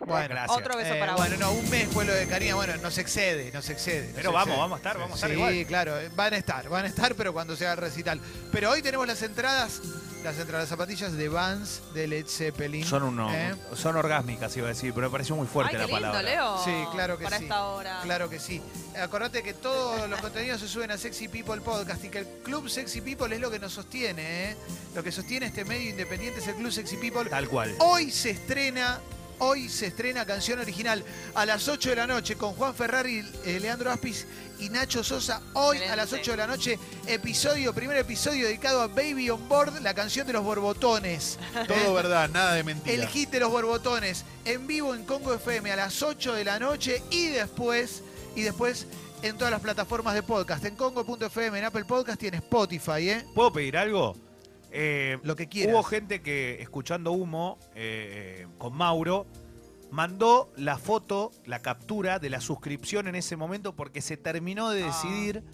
Bueno, gracias. Otro beso Eh, para vos. Bueno, no, un mes fue lo de Karina. Bueno, nos excede, nos excede. nos Pero vamos, excede. vamos a estar, vamos a estar sí, igual. claro, eh, van a estar, van a estar, pero cuando sea el recital. Pero hoy tenemos las entradas, las entradas zapatillas de Vans de Led Zeppelin. Son uno, ¿eh? son orgásmicas, iba a decir, pero me pareció muy fuerte Ay, la qué lindo, palabra. Leo. Sí, claro que para sí. esta hora. Claro que sí. Acordate que todos los contenidos se suben a Sexy People Podcast y que el Club Sexy People es lo que nos sostiene, ¿eh? Lo que sostiene este medio independiente es el Club Sexy People. Tal cual. Hoy se estrena, hoy se estrena canción original a las 8 de la noche con Juan Ferrari, eh, Leandro Aspis y Nacho Sosa. Hoy a las Excelente. 8 de la noche, episodio, primer episodio dedicado a Baby on Board, la canción de los borbotones. Todo verdad, nada de mentira. El hit de los borbotones en vivo en Congo FM a las 8 de la noche y después, y después en todas las plataformas de podcast. En Congo.fm, en Apple Podcast y en Spotify, ¿eh? ¿Puedo pedir algo? Eh, Lo que quieras. Hubo gente que, escuchando humo eh, con Mauro, mandó la foto, la captura de la suscripción en ese momento porque se terminó de Ah. decidir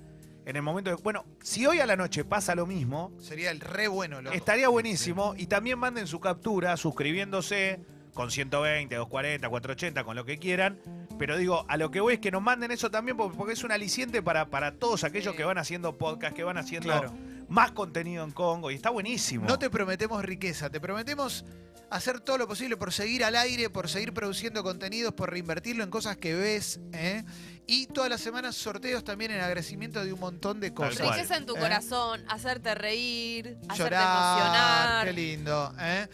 en el momento de. Bueno, si hoy a la noche pasa lo mismo, Sería el re bueno, loco. estaría buenísimo. Y también manden su captura suscribiéndose con 120, 240, 480, con lo que quieran. Pero digo, a lo que voy es que nos manden eso también porque, porque es un aliciente para, para todos aquellos Sí. que van haciendo podcast, que van haciendo Claro. más contenido en Congo. Y está buenísimo. No te prometemos riqueza, te prometemos hacer todo lo posible por seguir al aire, por seguir produciendo contenidos, por reinvertirlo en cosas que ves, ¿eh? Y todas las semanas sorteos también en agradecimiento de un montón de Tal cosas. cual. Riqueza en tu ¿Eh? corazón, hacerte reír, Llorar, hacerte qué emocionar. lindo, ¿eh?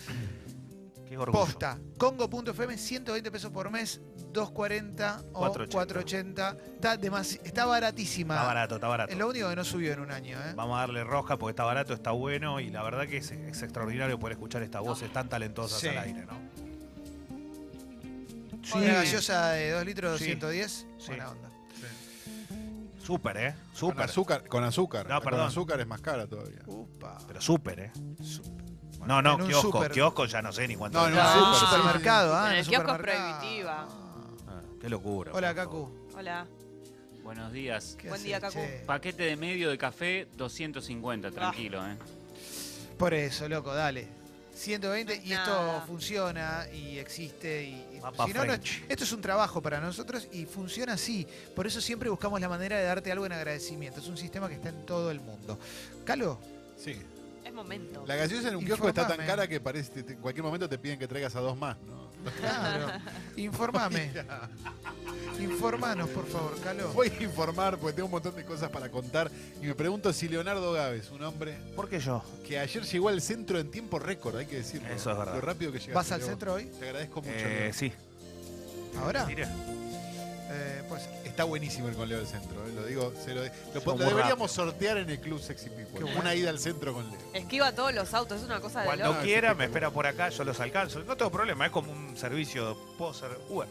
Qué orgullo. Posta, congo.fm, 120 pesos por mes, 240 o 480. 480. Está, demasi- está baratísima. Está barato, está barato. Es lo único que no subió en un año. ¿eh? Vamos a darle rosca porque está barato, está bueno y la verdad que es, es extraordinario poder escuchar estas voces tan talentosas Sí. al aire, ¿no? Sí. Una gaseosa de 2 litros, Sí. 210. Sí. Buena onda. Súper, ¿eh? Con Súper. azúcar, con azúcar. No, Con perdón. azúcar es más cara todavía. Upa. Pero súper, ¿eh? No, no, En un kiosco. súper. Kiosco ya no sé ni cuánto. No, en es. un Ah. En un súper, sí, supermercado, ¿ah? En en el un kiosco supermercado. prohibitiva. Ah, Qué locura. Hola, por favor. Cacu. Hola. Buenos días. ¿Qué Buen haces, día, Cacu. che? Paquete de medio de café, 250, tranquilo, ¿eh? Por eso, loco, dale. 120 No es y esto nada. funciona y existe y, y- Papa si no, no es- French. esto es un trabajo para nosotros y funciona así. Por eso siempre buscamos la manera de darte algo en agradecimiento. Es un sistema que está en todo el mundo. Calo, Sí. Es momento. La gaseosa en un kiosco está tan Informame. cara que parece te- te- en cualquier momento te piden que traigas a dos más. ¿no? claro. Informame. Informanos, por favor, Calo. Voy a informar porque tengo un montón de cosas para contar y me pregunto si Leonardo Gávez, un hombre ¿Por qué yo? que ayer llegó al centro en tiempo récord, hay que decirlo. Eso es verdad. Lo rápido que llegaste. ¿Vas al Leo. centro hoy? Te agradezco mucho. Eh, Leo. sí. ¿Ahora? Mire, Eh, pues, Está buenísimo el con Leo del centro, eh, lo digo, se lo, de- lo po- Somos lo deberíamos rápido. sortear en el club Sexy People. Qué bueno. Una ida al centro con Leo. Esquiva todos los autos, es una cosa de Cuando loco. No, quiera, sí, me sí, espera por acá, yo los alcanzo. No tengo problema, es como un servicio. Puedo ser Uber.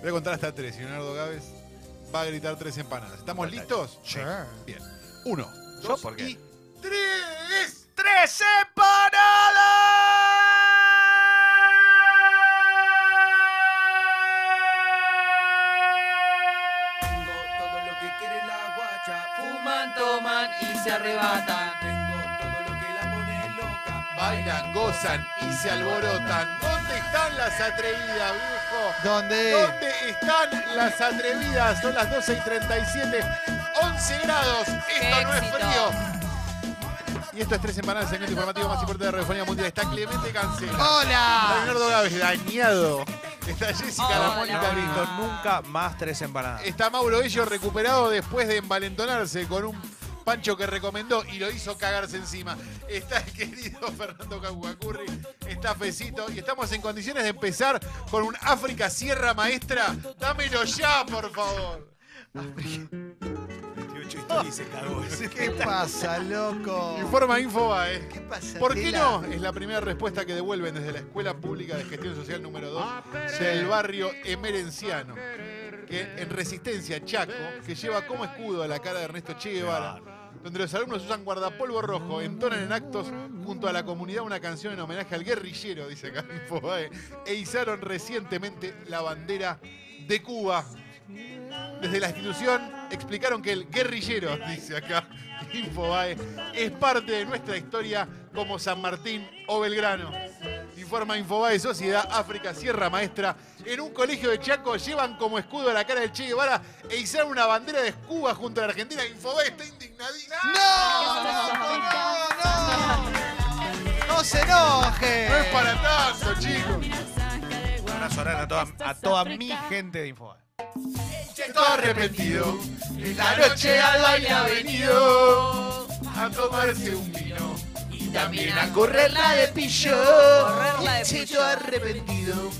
Voy a contar hasta tres y Leonardo Gávez va a gritar tres empanadas. ¿Estamos Dale. listos? sure. Bien. Uno, ¿Yo dos por qué? y tres. ¡Tres empanadas! Tengo todo lo que quiere la guacha. Fuman, toman y se arrebatan. Tengo todo lo que la pone loca. Bailan, gozan y se alborotan. ¿Dónde están las atrevidas, viejo? ¿Dónde? ¿Dónde están las atrevidas? Son las 12 y 37. 11 grados. Esto Qué no es éxito. frío. Y esto es tres empanadas, el segmento informativo más importante de la Radiofonía Mundial. Está Clemente Cancela. ¡Hola! Leonardo Gávez, dañado. Está Jessica Hola. La Mónica Cabrito, Brito. nunca más tres empanadas. Está Mauro Bello recuperado después de envalentonarse con un pancho que recomendó y lo hizo cagarse encima. Está el querido Fernando Caguacurri, está Fecito y estamos en condiciones de empezar con un África Sierra Maestra. Dámelo ya, por favor. ¿Qué pasa, loco? Informa Infobae. ¿Qué pasa? ¿Por qué Tela? no? Es la primera respuesta que devuelven desde la Escuela Pública de Gestión Social número 2 del barrio emerenciano, que en Resistencia Chaco, que lleva como escudo a la cara de Ernesto Che Guevara, donde los alumnos usan guardapolvo rojo, entonan en actos junto a la comunidad una canción en homenaje al guerrillero, dice acá Infobae, e izaron recientemente la bandera de Cuba. Desde la institución explicaron que el guerrillero, dice acá Infobae, es parte de nuestra historia como San Martín o Belgrano. Informa Infobae Sociedad África Sierra Maestra. En un colegio de Chaco llevan como escudo la cara del Che Guevara e izaron una bandera de Cuba junto a la Argentina. Infobae está indignadísima. ¡No! ¡No, no! ¡No se enoje! No es para tanto, chicos. Abrazo grande a toda, a toda mi gente de Infobae. Todo arrepentido. La noche al baile ha venido a tomarse un vino. Y También a correrla de pillo. Correrla de El cheto pillo. arrepentido.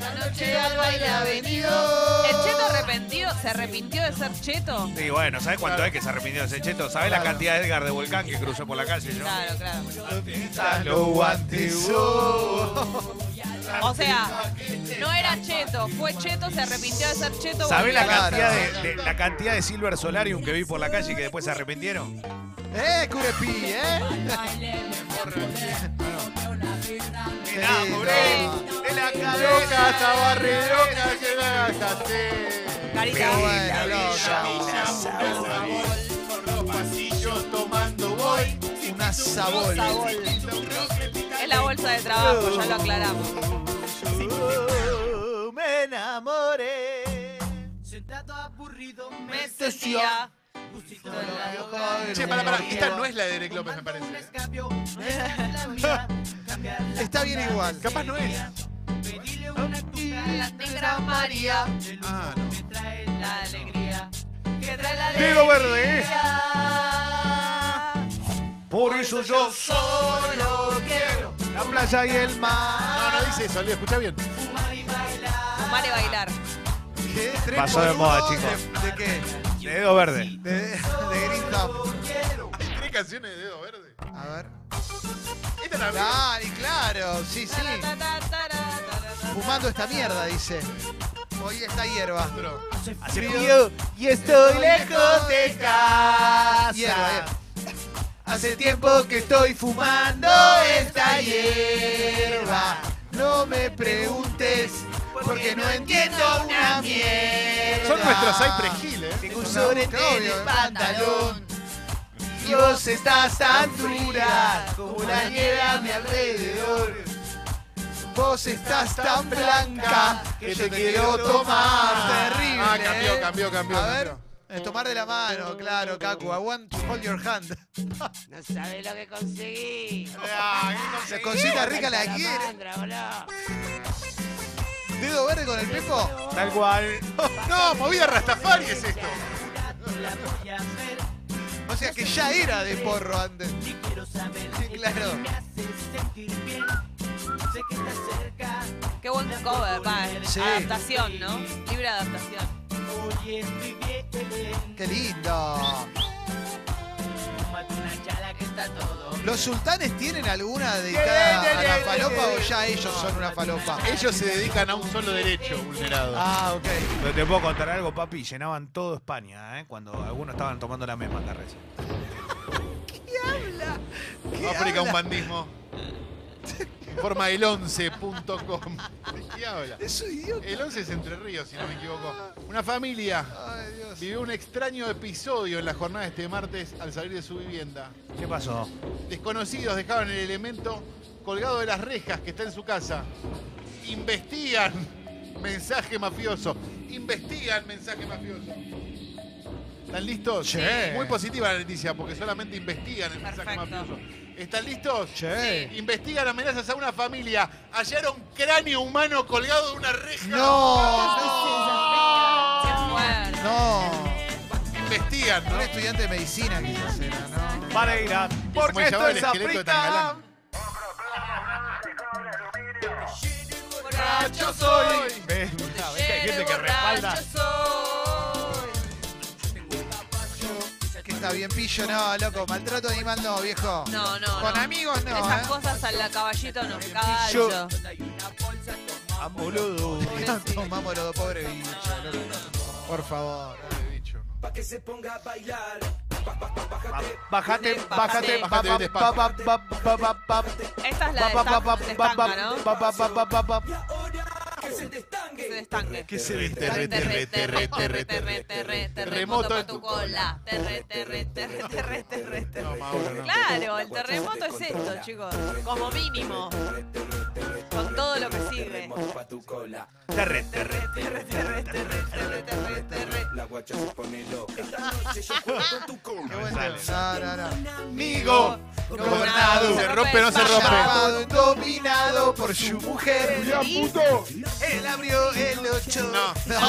La noche al baile ha venido. El cheto arrepentido, ¿se arrepintió de ser cheto? Sí, bueno, ¿sabes cuánto Claro. es que se arrepintió ese cheto? ¿Sabes la Claro. cantidad de Edgar de Volcán que cruzó por la calle? Yo? Claro, claro. Los guantes. oh. O sea, no era cheto, fue cheto, se arrepintió de ser cheto. ¿Sabés la volvió a- cantidad de, de- la cantidad de Silver Solarium que vi por la calle y que después se arrepintieron? ¡Eh, Curepi, eh! Me Ah, enamoré de la Loca cabeza. esta barriloca que me gastaste. Carita. Bueno, loca. Pasillos tomando voy. Una sabor. Es la bolsa de trabajo, ya lo aclaramos. Me enamoré. Me sentía. Che, pará, pará. Esta no es la de Derek López, me parece. Está bien igual. Capaz no es. La negra María, Ah, no. la alegría. Que trae la Dedo verde. ¿eh? alegría. Por eso yo Solo quiero la playa y el mar. No, no dice eso, Leo, escuchá bien. fumar y bailar. ¿Qué? Tres Pasó por de uno moda, chicos. ¿De, de qué? Dedo verde. De, de Green Top. Hay tres canciones de dedo verde. A ver. Esta es la mía. Dale, claro. Sí, sí. Ta, ta, ta, ta, ta, ta, ta. Fumando esta mierda, dice. Hoy esta hierba. Pero, Hace frío y estoy lejos de casa. Hierba, hierba. Hace tiempo que estoy fumando esta hierba. No me preguntes porque no entiendo una mierda. Son nuestros Cypress Hill, ¿eh? Cursores en el pantalón. Y vos estás tan dura como la nieve a mi alrededor. Vos estás tan blanca que yo te quiero tomar. Terrible. Ah, ¿eh? cambió, cambió, cambió. A ver. eh, Tomar de la mano, claro, Kaku. I want to hold your hand. No sabes lo que conseguí. Ah, La cosita rica la quiere. Salamandra, boludo. Dedo verde con el pepo. Tal cual. No, movida Rastafari es esto. O sea que ya era de porro antes. Sí, claro. Qué buen cover, va. Sí. Adaptación, ¿no? Libre adaptación. Qué lindo. ¿Los sultanes tienen alguna dedicada a la falopa o ya ellos son una falopa? Ellos se dedican a un solo derecho vulnerado. Ah, ok. Pero te puedo contar algo, papi. Llenaban todo España, ¿eh? Cuando algunos estaban tomando la misma carrera. África, un bandismo. Informa el11.com. ¿Qué habla? Es un idiota. El 11 es Entre Ríos, si no me equivoco. Una familia Ay, Dios. vivió un extraño episodio en la jornada de este martes al salir de su vivienda. ¿Qué pasó? Desconocidos dejaron el elemento colgado de las rejas que está en su casa. Investigan mensaje mafioso. Investigan mensaje mafioso. ¿Están listos? Sí. Muy positiva la noticia porque solamente investigan el mensaje Perfecto. mafioso. ¿Están listos? Che. Investigan amenazas a una familia. Hallaron cráneo humano colgado de una reja. No, Qué fuerte. no. Investigan, Un ¿no? estudiante de medicina quizás era, ¿no? Para ir a. Como Porque se esto llamaba el es esqueleto de Afrita. Tangalán. Borracho soy. Ven, soy, hay gente que borracho respalda. soy. Que está bien pillo, no, loco. Maltrato animal no, viejo. No, no, Con no. amigos no, Esas ¿eh? cosas al caballito no, caballo. Ah, boludo. Tomámoslo, dos pobre bicho, loco. Por favor. Pobre bicho, ¿no? Pa' que se ponga a bailar. Ba- Bájate, bájate, Bájate. bájate, Bájate, ba- ba- ba- ba- ba- ba- Esta es la de ba- ba- Stan- ba- de ba- Stanga, ¿no? ba- ba- ba- ba- ba- ba- Que se destangue. Que se destangue. ¿Qué se ve? Terre, terre, terre, terre, terre. Terremoto Terremoto pa' en tu tu cola. Terre, terre, terre, terre, terre, terre. Mauro, no. Claro, el terremoto es esto, chicos. Como mínimo. todo lo que sigue. Remo pa' tu cola. Terre, terre. Terre, terre, terre, terre, terre, terre, terre. La guacha se pone loca. Esta noche yo juego con tu cola. Qué buen sale. tema. No, no, no. Amigo, gobernado. Se rompe, no se rompe. Llamado y dominado por su mujer. Él abrió el 8. No. no,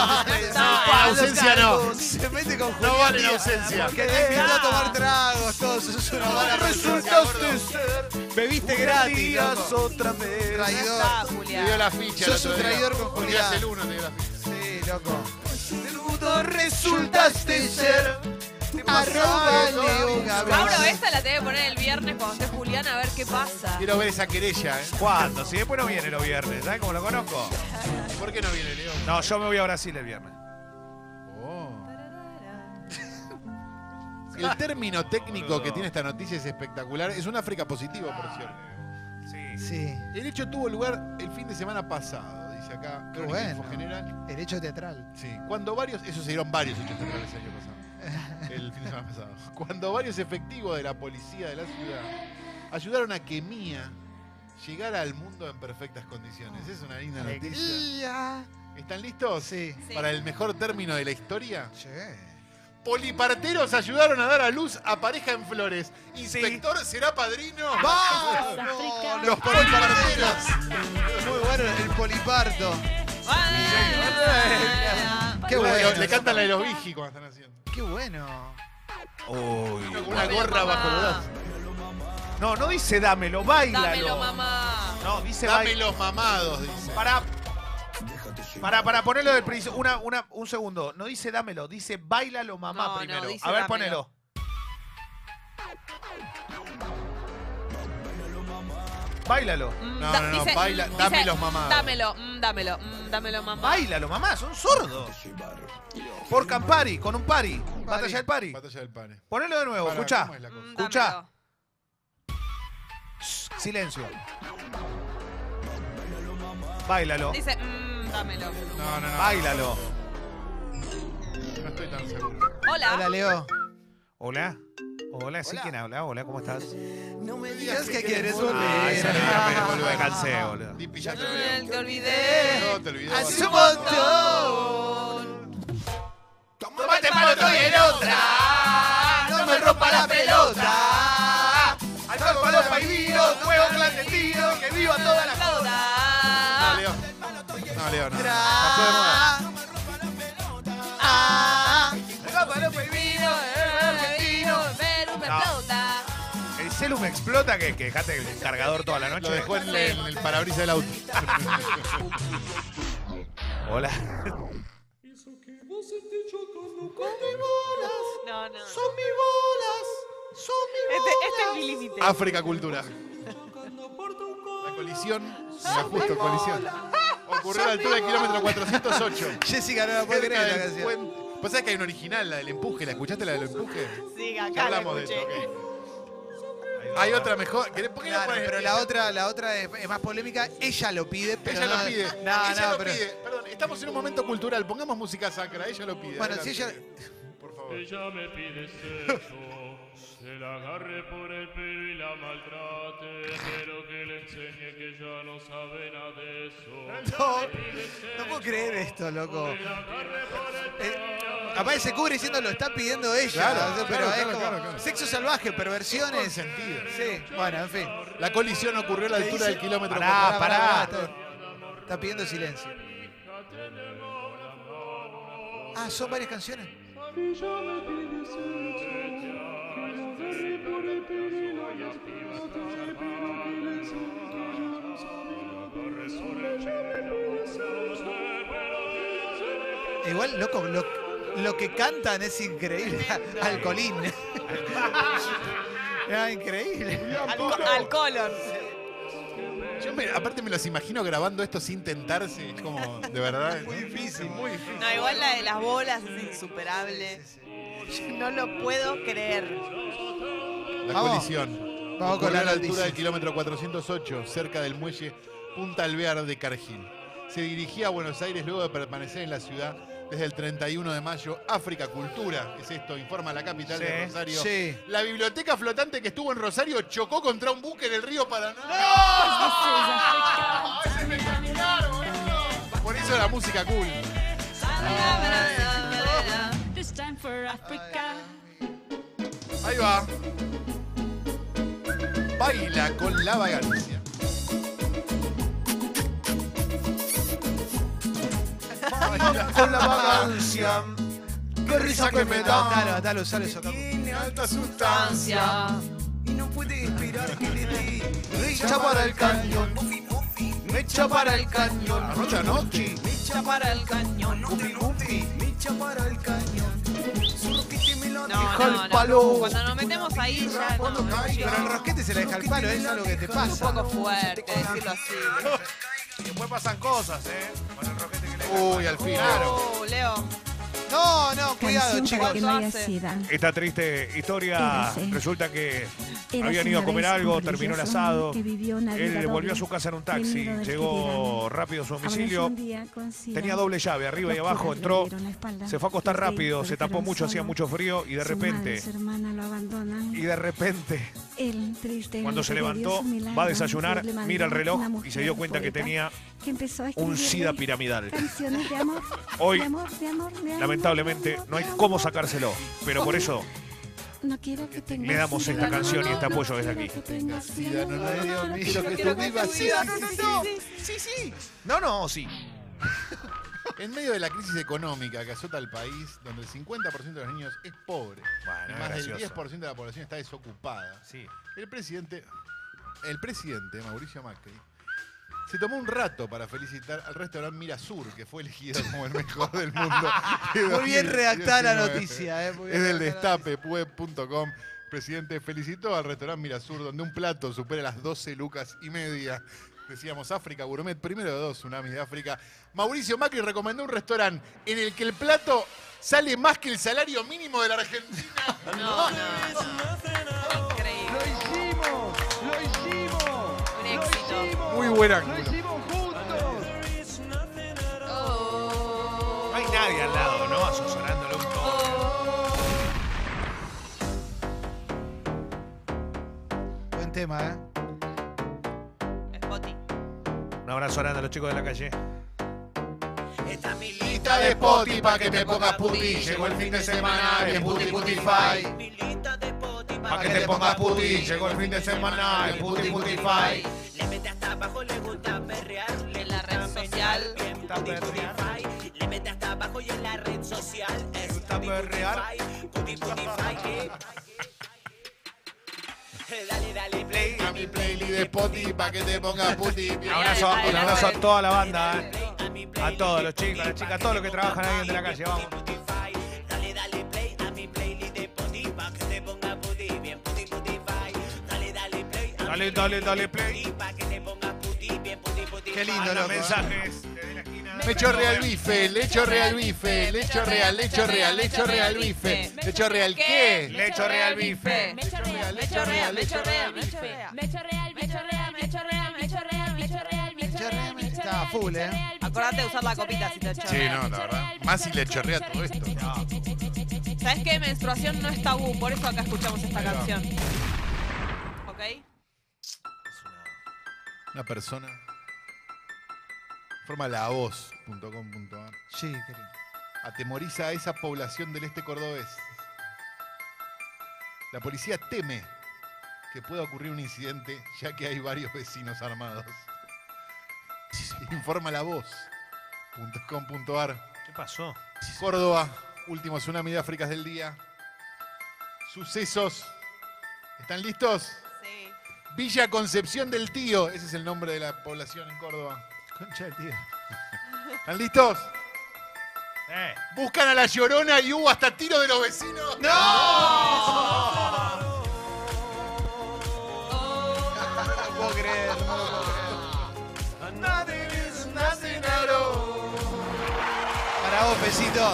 pa, ausencia no. Se mete con Julián. No vale la Díaz, ausencia. Porque te invitó a tomar tragos, todos. Eso es una mala Resultaste referencia, ser. Bebiste Mujer gratis digas otra vez. Ah. gordo. Traidor. Está, Te dio Julián. la ficha. el Sos otro un día. traidor con Porque Julián. hace el uno, te dio la ficha. Sí, loco. Menudo resultaste ser. Arroba Leo Mauro, Gabriel. esta la te voy a poner el viernes cuando esté Julián a ver qué pasa. Quiero ver esa querella, ¿eh? ¿Cuándo? Si después no viene los viernes, ¿sabes cómo lo conozco? ¿Por qué no viene Leo? No, yo me voy a Brasil el viernes. Oh. El término técnico que tiene esta noticia es espectacular. Es un África positivo, por cierto. Sí. Sí, El hecho tuvo lugar el fin de semana pasado, dice acá. Qué Crónica bueno. Info General. derecho teatral. Sí. Cuando varios. Eso se dieron varios hechos teatrales el año pasado. El fin de semana pasado. Cuando varios efectivos de la policía de la ciudad ayudaron a que Mía llegara al mundo en perfectas condiciones. Es una linda noticia. Ya. ¿Están listos? Sí. Sí. Para el mejor término de la historia. Che. Poliparteros ayudaron a dar a luz a pareja en Flores. Inspector será padrino. ¡Vamos! Los poliparteros. Muy bueno el poliparto. Qué bueno. Le cantan la de los Vigi cuando están haciendo. Qué bueno. Uy. Una gorra bajo los brazos. No, no dice dámelo, bailalo. Dámelo, mamá. No, dice Dame bailalo. los mamados, dice. Para. Para, para ponerlo del principio. Una, una, un segundo. No dice dámelo, dice bailalo mamá No, no, primero. dice a ver, dámelo. ponelo. Bailalo. Mm, No, da- no, no, baila- dame los mamados. Dámelo, mm, dámelo, mm, dámelo, mamá. Bailalo, mamá, son sordos. Por Campari, con un pari. Batalla del pari. Batalla del pane. Ponelo de nuevo, Pará, escuchá. ¿cómo es la cosa? Mm, escuchá. dámelo. Silencio. Bailalo. Dice, mm, dámelo. No, no, no. Bailalo. No estoy tan seguro. Hola. Mm, Hola, Leo. Hola. Hola, ¿sí quién habla? Hola, ¿cómo estás? No me Digas que quieres Ah, Ay, volver. esa negra me- boludo, me Ah. calcé, boludo. Dipi, ya te Eh, veo. Te olvidé. No, te olvidé. Hace un montón. este Tomate palo, estoy en otra. No me rompa la pelota. Alcohol, palopa y vino, juego clandestino, que viva toda la joda. No, Hola. Leo. No, Leo, no. Pasó de moda. Tra. Ah. Alcohol, palopa y vino, eh, argentino. Ver un me No. explota. El celu me explota que, que dejaste el cargador toda la Lo noche. dejó en, el- en el parabrisas del auto. Hola. No, no. mis bolas. Son mis Este, este es mi límite. África Cultura. La colisión. La justo colisión. Ocurrió a la altura del kilómetro 408. Jessica no la puede Cerca creer la del canción. puente. ¿Vos sabés que hay una original, la del empuje? ¿La escuchaste, la del empuje? Sí, Ya acá lo hablamos de escuché. esto, ok. Hay otra mejor. ¿Querés- ¿Por qué Claro, la pones? pero la otra, la otra es, es más polémica. Ella lo pide. Pero Ella no- lo pide. No, ella no, lo pero. pide. Perdón, estamos en un momento cultural. Pongamos música sacra. Ella lo pide. Bueno, si Adelante. ella. Por favor. Ella me pide sexo, se la agarre por el pelo y la maltrate, pero que le enseñe que ya no sabe nada de eso. No, no puedo creer esto, loco. Eh, capaz se cubre diciendo lo está pidiendo ella. Claro, o sea, pero claro, es claro, como claro, claro. sexo salvaje, perversiones. sentido. Sí, bueno, en fin. La colisión ocurrió a la altura del kilómetro. Pará, Pará, pará, está- Está pidiendo silencio. Ah, son varias canciones. Igual, loco, lo, lo que cantan es increíble. Alcolín. Era increíble. Al, al color. Yo me- aparte me los imagino grabando esto sin tentarse. Es como, de verdad. Muy difícil, muy difícil. No, igual la de las bolas es insuperable. No lo puedo creer. La Vamos. colisión. Vamos con la Ocurrió a la noticia. altura del kilómetro 408, cerca del muelle Punta Alvear de Cargill. Se dirigía a Buenos Aires luego de permanecer en la ciudad desde el 31 de mayo. África Cultura, es esto, informa la capital de Sí, Rosario. Sí. La biblioteca flotante que estuvo en Rosario chocó contra un buque en el río Paraná. ¡No! Eso era música cool. Ahí va. Baila con la vagancia. Baila Con la vagancia. Qué risa que me Dalo, da. dalo, usalo eso. Capu. Tiene alta sustancia y no puede esperar que le dé. Me echa para el cañón. Mufi, mufi, Me echa para el cañón. Anoche anoche. Me echa para el cañón. Mufi, mufi, me echa para el cañón. Su roquete me No, lo deja. no, no. Cuando nos metemos ahí ya no. Cuando no caiga. Pero el rosquete se la deja al palo, es algo que te es un pasa. poco fuerte decirlo así. Y después pasan cosas, ¿eh. Con el roquete que le Uy, al fin. Uh, Leo. No, no, cuidado, chicos. que no haya sida. Esta triste historia Érase. resulta que habían ido a comer algo, terminó el asado. Él volvió a su casa en un taxi, Peligro del llegó que rápido a su domicilio. Tenía doble llave, arriba y Los abajo, curas le entró, dieron la espalda. se fue a acostar Los gays rápido, lo se tapó dejaron mucho, hacía solo. mucho frío y de repente, hermana lo abandonan. y de repente, Él, triste, cuando se levantó, va a desayunar, mira el reloj y se dio cuenta que tenía un sida piramidal. Canciones de amor. Hoy, de amor, de amor, de amor, de Lamentablemente amor, no hay de amor. cómo sacárselo, pero por eso No quiero que tengas le damos sida, esta no, no, canción y no, este no apoyo desde quiero aquí. que tengas sida, no, no, no, Dios no mío, quiero que que tu tengas vida sida, siga, no, no, sí, no. Sí, sí. No, no, sí. En medio de la crisis económica que azota al país, donde el 50% de los niños es pobre y Bueno, es más del gracioso. 10% de la población está desocupada, Sí. el presidente, el presidente Mauricio Macri se tomó un rato para felicitar al restaurante Mirasur, que fue elegido como el mejor del mundo. de Muy bien redactada la 2019. noticia, eh. muy bien Es del redactada la noticia. destapeweb.com. Presidente, felicitó al restaurante Mirasur, donde un plato supera las 12 lucas y media. Decíamos África Gourmet, primero de dos tsunamis de África. Mauricio Macri recomendó un restaurante en el que el plato sale más que el salario mínimo de la Argentina. No, no, no. Increíble. hicimos! ¡Lo hicimos! Un éxito. Muy buen ángulo. hicimos juntos! Oh. No hay nadie al lado, ¿no? Asesorándolo un poco. Buen tema, eh. Es Poti. Un abrazo grande a los chicos de la calle. Esta mi Lista de poti pa' que te pongas puti. Llegó el fin de semana el puti putify. Milita de poti Pa' que te pongas puti. Llegó el fin de semana el puti putify. Le mete hasta abajo, le gusta perrear. Le En la red gusta social. menear, bien puti, puti, fai. Le mete hasta abajo y en la red social. Es gusta puti, puti, perrear. fai, puti, puti, fai, eh. Dale, dale, play. A mi playlist de poti pa' que te pongas puti. Un abrazo, Ay, ay, un abrazo a ay. toda la banda, ¿eh? A mi A playlist todos de los chicos, las chicas, a todos los que trabajan ahí de la calle, vamos. Spotify. Dale, dale play a mi playlist de Spotify, pa' que te ponga puti, bien puti, putify. Dale, dale play a Dale, dale, mi playlist dale de play. Spotify, pa' que te ponga puti, bien puti, putify. Qué lindo, Los loco, eh. mensajes desde la esquina. Me chorrea el bife, le chorrea el bife, le chorrea, le chorrea, le chorrea el bife. ¿Le chorrea el qué? Le chorrea el bife. Me chorrea, me chorrea, me chorrea, me chorrea. Me chorrea, me chorrea, me chorrea, me chorrea, me chorrea, me chorrea, me eh. Estaba chorrea. full, eh. Acordate de usar la copita si te Sí, chorrea. no, la verdad. Más si le chorrea todo esto. ¿Sabes qué? Menstruación no es tabú, por eso acá escuchamos esta Ahí va. canción. ¿Ok? Una persona. Forma la voz.com.ar. Sí, querido. Atemoriza a esa población del este cordobés. La policía teme que pueda ocurrir un incidente ya que hay varios vecinos armados. Informa la voz.com.ar. ¿Qué pasó? Córdoba, último tsunami de África del día. Sucesos. ¿Están listos? Sí. Villa Concepción del Tío. Ese es el nombre de la población en Córdoba. Concha del tío. ¿Están listos? Eh, Buscan a la llorona y hubo hasta tiro de los vecinos. No puedo creer, no lo puedo creer. Para vos, pesito.